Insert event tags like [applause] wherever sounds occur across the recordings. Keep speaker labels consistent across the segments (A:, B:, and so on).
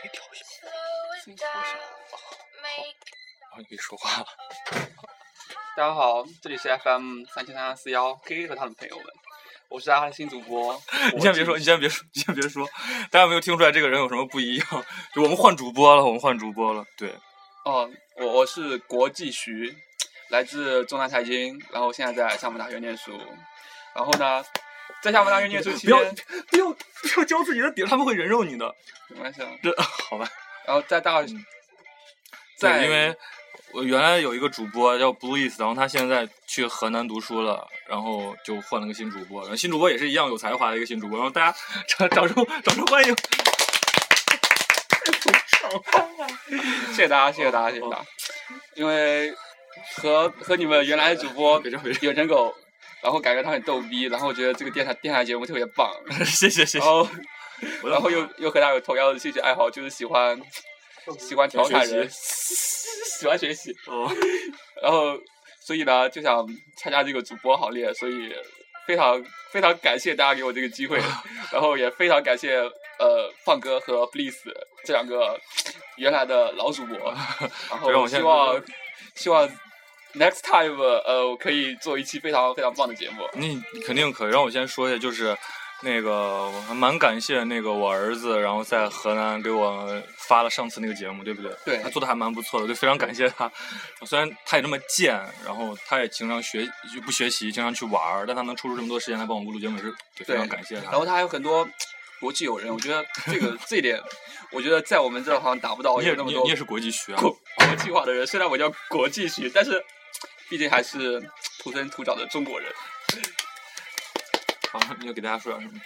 A: 可以调一下，自己调啥？好，好，你可以说话了。
B: 大家好，这里是 FM 三七三三四幺 K 和他的朋友们，我是大家的新主播。
A: [laughs] [laughs] 你先别说，你先别说，你先别说，大家有没有听出来这个人有什么不一样？就我们换主播了，我们换主播了。对，
B: 哦，我我是国际徐，来自中南财经，然后现在在厦门大学念书。然后呢，在厦门大学念书期
A: 不要
B: 间，
A: 不要不要哎教自己的底儿，他们会人肉你的。
B: 没关系啊。
A: 这 [laughs] 好吧？
B: 然后在大，在
A: 嗯对，因为我原来有一个主播叫 Blues，然后他现在去河南读书了，然后就换了个新主播，然后新主播也是一样有才华的一个新主播，然后大家 [laughs] 掌掌声掌声欢迎。 [laughs]
B: 谢谢大家，谢谢大家，谢谢大家。因为和和你们原来的主播
A: 别这样，别这
B: 有成狗，然后感觉他很逗逼，然后我觉得这个电台电台节目特别棒，
A: 样，谢谢谢谢。
B: 然后
A: 我
B: 然后又又和他有同样的兴趣爱好，就是喜欢喜欢调侃人，
A: 嗯
B: [laughs]
A: 学
B: 喜欢学习，
A: 哦，
B: 然后所以呢就想参加这个主播行列，所以非常非常感谢大家给我这个
A: [laughs]
B: 机会，然后也非常感谢呃放哥和 Please 这两个原来的老主播，
A: [laughs]
B: 然
A: 让
B: 后
A: 我先
B: 希望希望 next time 呃我可以做一期非常非常棒的节目。
A: 你肯定可以。让我先说一下，就是那个我还蛮感谢那个我儿子，然后在河南给我发了上次那个节目，对不对？
B: 对
A: 他做的还蛮不错的，对，非常感谢他。虽然他也这么贱，然后他也经常学就不学习，经常去玩儿，但他能抽出这么多时间来帮我们录节目，也是对非
B: 对
A: 常感谢
B: 然
A: 他。
B: 后他还有很多国际友人，我觉得这个这一点，我觉得在我们这儿好像达不到
A: 你也
B: 有那么
A: 你也
B: 多
A: 你也是国际学啊，
B: 国国际化的人。虽然我叫国际徐，但是毕竟还是土生土长的中国人。
A: [laughs] 好，你要给大家说点什么？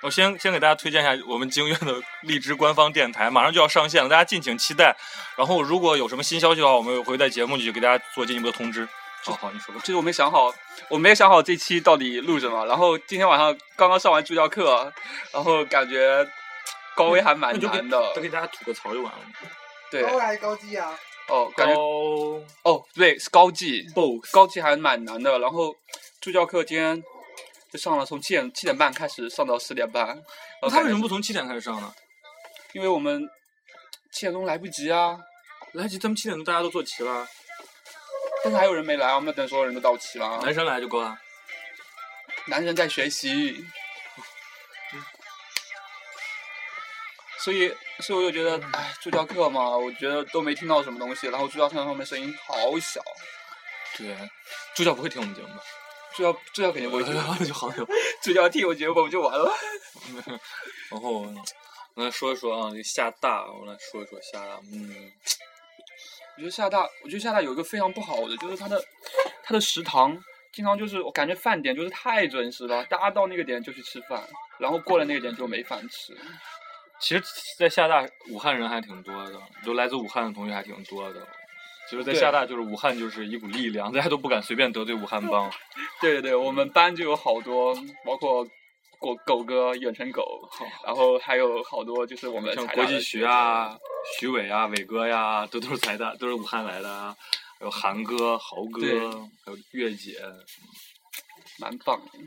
A: 我先先给大家推荐一下我们京院的荔枝官方电台，马上就要上线了，大家敬请期待。然后如果有什么新消息的话，我们会在节目里给大家做进一步的通知。好哦好，你说吧。
B: 其实我没想好，我没想好这期到底录什么。然后今天晚上刚刚上完助教课，然后感觉高危还蛮难的。
A: 呃给大家吐个槽就完了。
B: 对，
C: 高还是高技啊？
B: 哦，感觉
A: 高
B: 哦，对，是高技。
A: both
B: 高级还蛮难的。然后助教课今天就上了，从七点七点半开始上到十点半。然后
A: 他为
B: 感
A: 什
B: 觉
A: 么不从七点开始上呢？
B: 因为我们七点钟来不及啊，
A: 来得及，他们七点钟大家都坐齐了，
B: 但是还有人没来啊，我们等所有人都到齐了。啊
A: 男生来就够了。
B: 男人在学习，所以，所以我就觉得，哎，助教课嘛，我觉得都没听到什么东西。然后助教课上面声音好小，
A: 对，助教不会听我们节目吧？
B: 助教助教肯定不会听，
A: 就好了。
B: 助教听我节目我们就完了。
A: [laughs] 然后我来说一说啊，这个厦大，我来说一说厦大，嗯。
B: 我觉得厦大，我觉得厦大有一个非常不好的，就是它的它的食堂经常就是我感觉饭点就是太准时了，大家到那个点就去吃饭，然后过了那个点就没饭吃。
A: 其实，在厦大，武汉人还挺多的，就来自武汉的同学还挺多的。其实，在
B: 对
A: 厦大，就是武汉就是一股力量，大家都不敢随便得罪武汉帮。
B: 对对对，我们班就有好多，包括狗狗哥、远程狗，然后还有好多就是我们
A: 像
B: 财大
A: 国
B: 的
A: 际
B: 学
A: 徐啊、徐伟啊、伟哥呀、都都是财大，都是武汉来的啊。还有韩哥、豪
B: 对
A: 哥，还有月姐。
B: 姐，蛮棒的。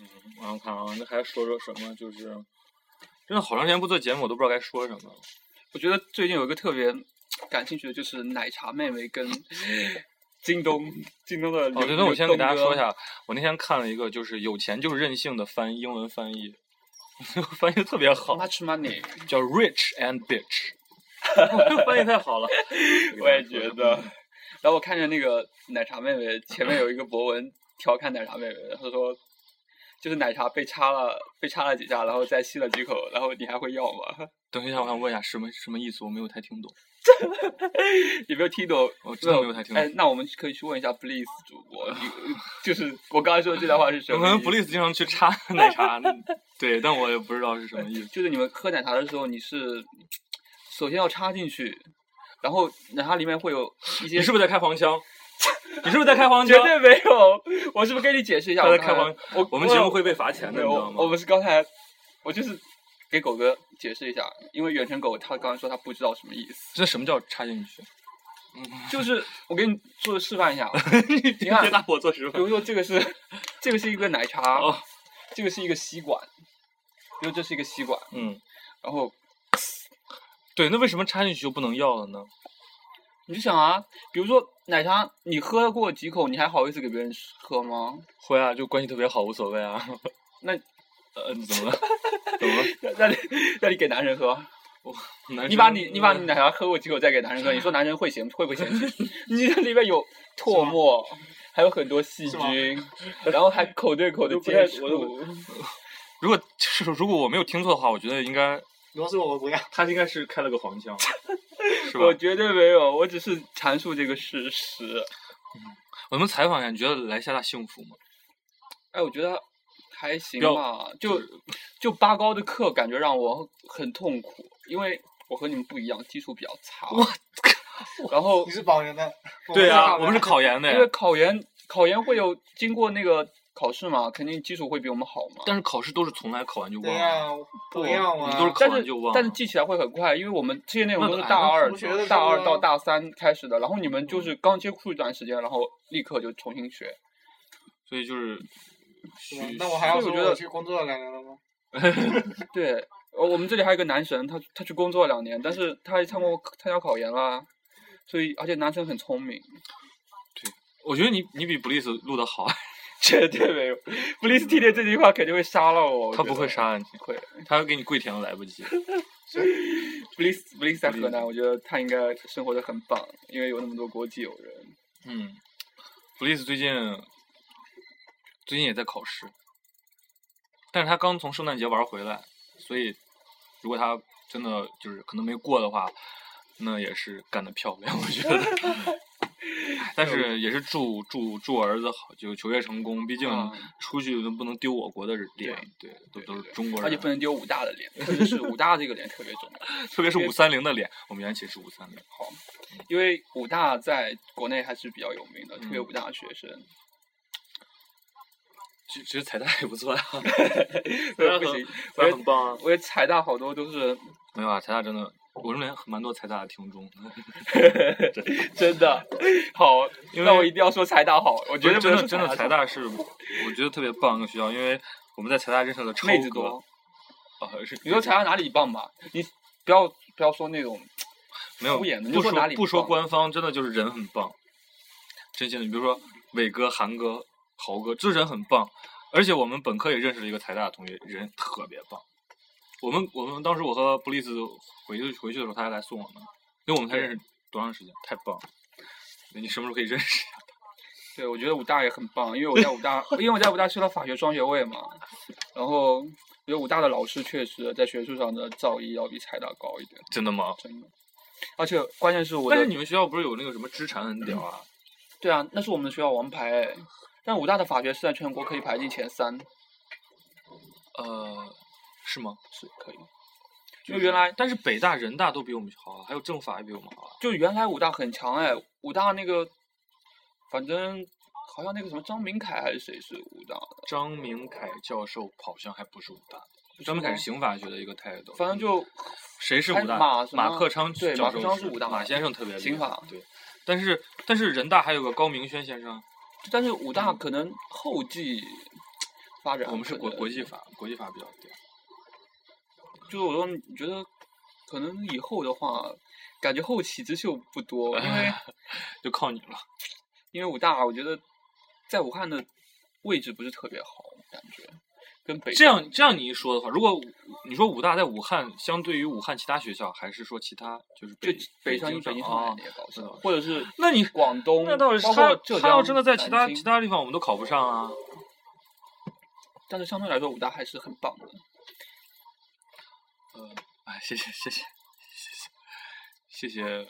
A: 嗯，然后看啊，那还说说什么？就是真的好长时间不做节目，我都不知道该说什么了。
B: 我觉得最近有一个特别感兴趣的，就是奶茶妹
A: [laughs]
B: 妹跟京东，京东的刘、
A: 哦，对，那我先给大家说一
B: 下。
A: 下，我那天看了一个就是“有钱就是任性”的翻译，英文翻译， [laughs] 翻译得特别好。
B: Much money，
A: 叫 Rich and Bitch。翻译太好 [laughs] 了，
B: 我也觉得。然后我看着那个奶茶妹妹前面有一个博文调侃奶茶妹妹，他说就是奶茶被插了被插了几下，然后再吸了几口，然后你还会要吗？ [laughs]
A: 等一下，我想问一下什么什么意思？我没有太听懂。
B: 有没有听懂？
A: 我真的没有太听懂
B: 哎，那我们可以去问一下 Please 主播，你就是我刚才说的这段话是什
A: 我
B: 么？
A: 可能布。丽斯经常去插奶 [laughs] 茶，对，但我也不知道是什么意思。
B: 就是你们喝奶茶的时候，你是首先要插进去，然后奶茶里面会有一些
A: [laughs] 你是不是在开黄 [laughs] 腔？你是不是在开黄
B: 绝
A: 腔？
B: 对没有，我是不是跟你解释一下？
A: 他在
B: 我刚才
A: 开黄
B: 我
A: 我们节目会被罚钱的，
B: 没
A: 你
B: 有，
A: 知道
B: 我我
A: 吗？
B: 们是刚才，我就是给狗哥解释一下，因为远程狗他刚才说他不知道什么意思，
A: 这什么叫插进去？
B: 就是我给你做示范一下，啊
A: 你啊
B: 看
A: [laughs] 别拿我做示
B: 比
A: 范。
B: 如说这个是，这个是一个奶茶，
A: 哦
B: 这个是一个吸管，比如这是一个吸管，
A: 嗯，
B: 然后
A: 对，那为什么插进去就不能要了呢？
B: 你就想啊，比如说奶茶，你喝过几口，你还好意思给别人喝吗？
A: 会啊，就关系特别好，无所谓啊。
B: 那
A: [laughs] 呃，你怎么 [laughs] 了？怎么了？
B: 那你那你给男人喝，
A: 男
B: [laughs] 你
A: 生
B: 把你你把你奶茶喝过几口再给男人喝，你说男人会嫌会不会嫌弃？你这里面有唾沫，还有很多细
A: 是吗
B: 菌，然后还口对口的
C: 都不
B: 接
C: 太
B: 触
C: 我，都
A: 如果 [laughs] 是如果我没有听错的话，我觉得应该
C: 你告诉我我不要。
A: [laughs] 他应该是开了个黄腔，是吧
B: 我？绝对没有，我只是阐述这个事实。
A: 我们采访一下，你觉得来厦大幸福吗？
B: 哎，我觉得还行
A: 不要
B: 吧，就就八高的课感觉让我很痛苦，因为我和你们不一样，基础比较差。 [laughs] 然后
C: [laughs] 你是保研的，
A: 对啊，
C: 呀，
A: 我们是考研的
B: 因为
A: 呀，
B: 考研，考研会有经过那个考试嘛，肯定基础会比我们好嘛。
A: 但是考试都是从来考完就忘
C: 对
A: 了。
C: 呀，不一样啊
A: 你
C: 嘛。
A: 都是考
B: 但
A: 完
B: 是
A: 就忘
B: 但是
A: 了
B: 记起来会很快，因为我们这些内容
A: 那
B: 都是
A: 哎
B: 大
A: 那
B: 二
C: 同学的
B: 大
C: 时候
B: 二到
C: 啊
B: 大三开始的，然后你们就是刚接触一段时间，然后立刻就重新学。
A: 所以就是，
C: 是吧啊那我还要
B: 所
C: 说
B: 以我觉得
C: 我去工作两年了吗？
B: 对，呃，我们这里还有一个男神，他他去工作两年，但是他还参过参加考研啦，所以而且男生很聪明， [laughs]
A: 我觉得你你比 Bliss 录的好，
B: 绝对没有。布里斯蒂的这句话肯定会杀了我，我
A: 他
B: 觉
A: 不会
B: 得。
A: 杀你，
B: 会，
A: 他会给你跪舔都来不及。
B: 布里斯布里斯在河
A: Bliss
B: 南，我觉得他应该生活的很棒，因为有那么多国际友人。
A: 嗯，Bliss 最近最近也在考试，但是他刚从圣诞节玩回来，所以如果他真的就是可能没过的话，那也是干得漂亮，我觉得。 [laughs] 但是也是祝祝祝儿子好，就求学成功。毕竟
B: 啊
A: 出去都不能丢我国的脸，嗯对，都
B: 对
A: 都是
B: 对
A: 中国
B: 而且
A: 人
B: 不，能丢武大的脸，特别是武大这个脸特别重要，
A: 特别是五三零的脸。我们原起是五三零，
B: 因为武大在国内还是比较有名的，特别
A: 嗯
B: 武大的学生。
A: 其其实彩蛋也不错啊，
B: 不行，我觉得
A: 棒啊。
B: 我觉得财大好多都是
A: 没有啊，财大真的，我认为蛮多财大的听众。
B: [laughs] 真的好，
A: 因为
B: 那我一定要说财大好，我
A: 觉
B: 觉
A: 得
B: 得
A: 真的真的财
B: 大
A: 大是，我觉得特别棒一个学校，因为我们在财大认识了超
B: 妹子
A: 哥
B: 多。。
A: 啊，是
B: 你说财大哪里棒吧？你不要不要说那种
A: 没有
B: 敷衍
A: 不
B: 的就说哪里
A: 不说
B: 棒
A: 官方，真的就是人很棒，真心的。你比如说伟哥、韩哥、豪哥，这人很棒。而且我们本科也认识了一个财大的同学，人特别棒。我们我们当时我和布利斯回去回去的时候，他还来送我们，因为我们才认识多长时间，太棒了。你什么时候可以认识？ [laughs]
B: 对，我觉得武大也很棒，因为我在武大，因为我在武大修了法学双学位嘛。然后，我觉得武大的老师确实在学术上的造诣要比财大高一点，
A: 真的吗？
B: 真的。而且关键是我
A: 但
B: 的
A: 是，你们学校不是有那个什么知产很屌啊？
B: 对啊，那是我们的学校王牌哎。但武大的法学是在全国可以排进前三，
A: 呃，是吗？
B: 是可以。
A: 就
B: 就
A: 原
B: 原
A: 来
B: 来，
A: 但是北大、人大都比我们好啊，还有政法也比我们好啊。
B: 就原来武大很强哎，武大那个，反正好像那个什么张明凯还是谁是武大的，
A: 张明凯教授好像还不是武大的，
B: 是
A: 张明凯
B: 吗
A: 是刑法学的一个泰斗。
B: 反正就
A: 谁是
B: 还
A: 武大？
B: 马什么
A: 克昌
B: 对
A: 教
B: 马
A: 授
B: 克昌是武大
A: 马先生特别厉害。
B: 刑法
A: 对，但是但是人大还有个高明轩先生啊，
B: 但是武大可能后继发展，
A: 我们是国国
B: 际，
A: 际法，国际法比较屌。
B: 就是我说你觉得可能以后的话，感觉后起之秀不多，因
A: [laughs]
B: 为
A: 就靠你了。
B: 因为武大我觉得在武汉的位置不是特别好，感觉跟北
A: 这样这样你一说的话，如果武你说武大在武汉，相对于武汉其他学校，还是说其他就是
B: 就
A: 北
B: 北上京、北
A: 北
B: 京、
A: 京
B: 上海
A: 啊
B: 那？些高
A: 那
B: 校
A: 倒，是
B: 或者是
A: 那你
B: 广东，
A: 那倒是
B: 包
A: 他
B: 括浙
A: 他要
B: 江
A: 真的在其他
B: 南京
A: 其他地方，我们都考不上啊。
B: 但是相对来说武大还是很棒的。
A: 呃，哎，谢谢谢谢谢谢谢谢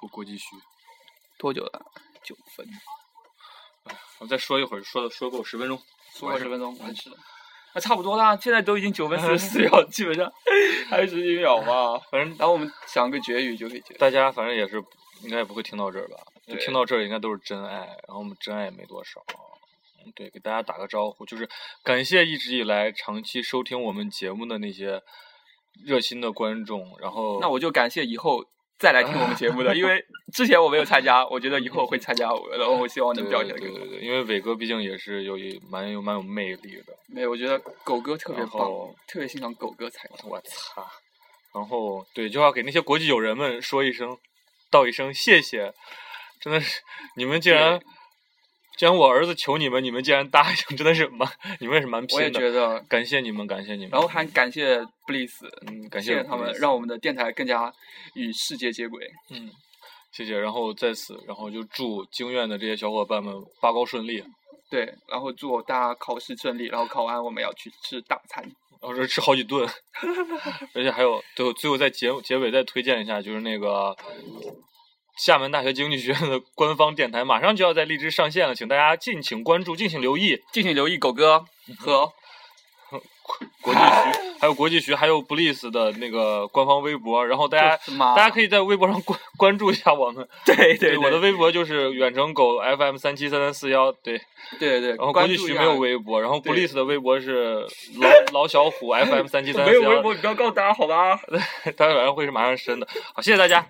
A: 国国际区。
B: 多久了？九分，
A: 我再说一会儿，说说够十分钟。
B: 说
A: 完
B: 二
A: 事
B: 十
A: 儿
B: 分钟完事了。那差不多啦，现在都已经九分四十四秒，基
A: [laughs]
B: 本上还有十几秒吧。
A: 反正
B: 然后我们想个结语就可以结束。
A: 大家反正也是应该也不会听到这儿吧？因为
B: 对
A: 听到这儿应该都是真爱，然后我们真爱也没多少。嗯对，给大家打个招呼，就是感谢一直以来长期收听我们节目的那些热心的观众。然后
B: 那我就感谢以后再来听我们节目的，因为之前我没有参加，我觉得以后会参加我的，然后我希望
A: 对
B: 能表现
A: 对
B: 得
A: 对
B: 更好。
A: 对对，因为伟哥毕竟也是有一蛮有蛮有魅力的。
B: 没有，我觉得狗哥特别
A: 然
B: 棒
A: 后，
B: 特别欣赏狗哥才华。
A: 我操！然后对，就要给那些国际友人们说一声，道一声谢谢。真的是你们竟然，既然我儿子求你们，你们竟然答应，真的是蛮 [laughs] 你们也是蛮
B: 我也
A: 拼的，
B: 觉得。
A: 感谢你们，感谢你们。
B: 然后还感谢 Bliss，
A: 嗯，感
B: 谢
A: 谢
B: 谢他们，
A: 让。
B: 让我们的电台更加与世界接轨。
A: 嗯，谢谢。然后在此，然后就祝京院的这些小伙伴们发高顺利。
B: 对，然后祝大家考试顺利，然后考完我们要去吃大餐。
A: 然哦后这吃好几顿， [laughs] 而且还有最后最后在结结尾再推荐一下，就是那个厦门大学经济学院的官方电台，马上就要在荔枝上线了，请大家敬请关注，敬请留意。哦
B: 敬请留意狗哥 [laughs] 和
A: 国际局还有国际局，还有 Bliss 的那个官方微博，然后大家。大家可
B: 以
A: 以在微博上关关注一下我们，
B: 啊对对
A: 我的微博就是远程狗 FM 三七三三四幺，对，
B: 对对，
A: 然后国
B: 关
A: 际
B: 注
A: 区
B: 一
A: 没
B: 下
A: 有微博，然后
B: 对
A: Bliss 的微博是老
B: [laughs]
A: 老小虎 FM 三七三
B: 没有微
A: 四
B: 博，你不要告诉大家好吧？
A: 他晚上会是马上升的。好，谢谢大家。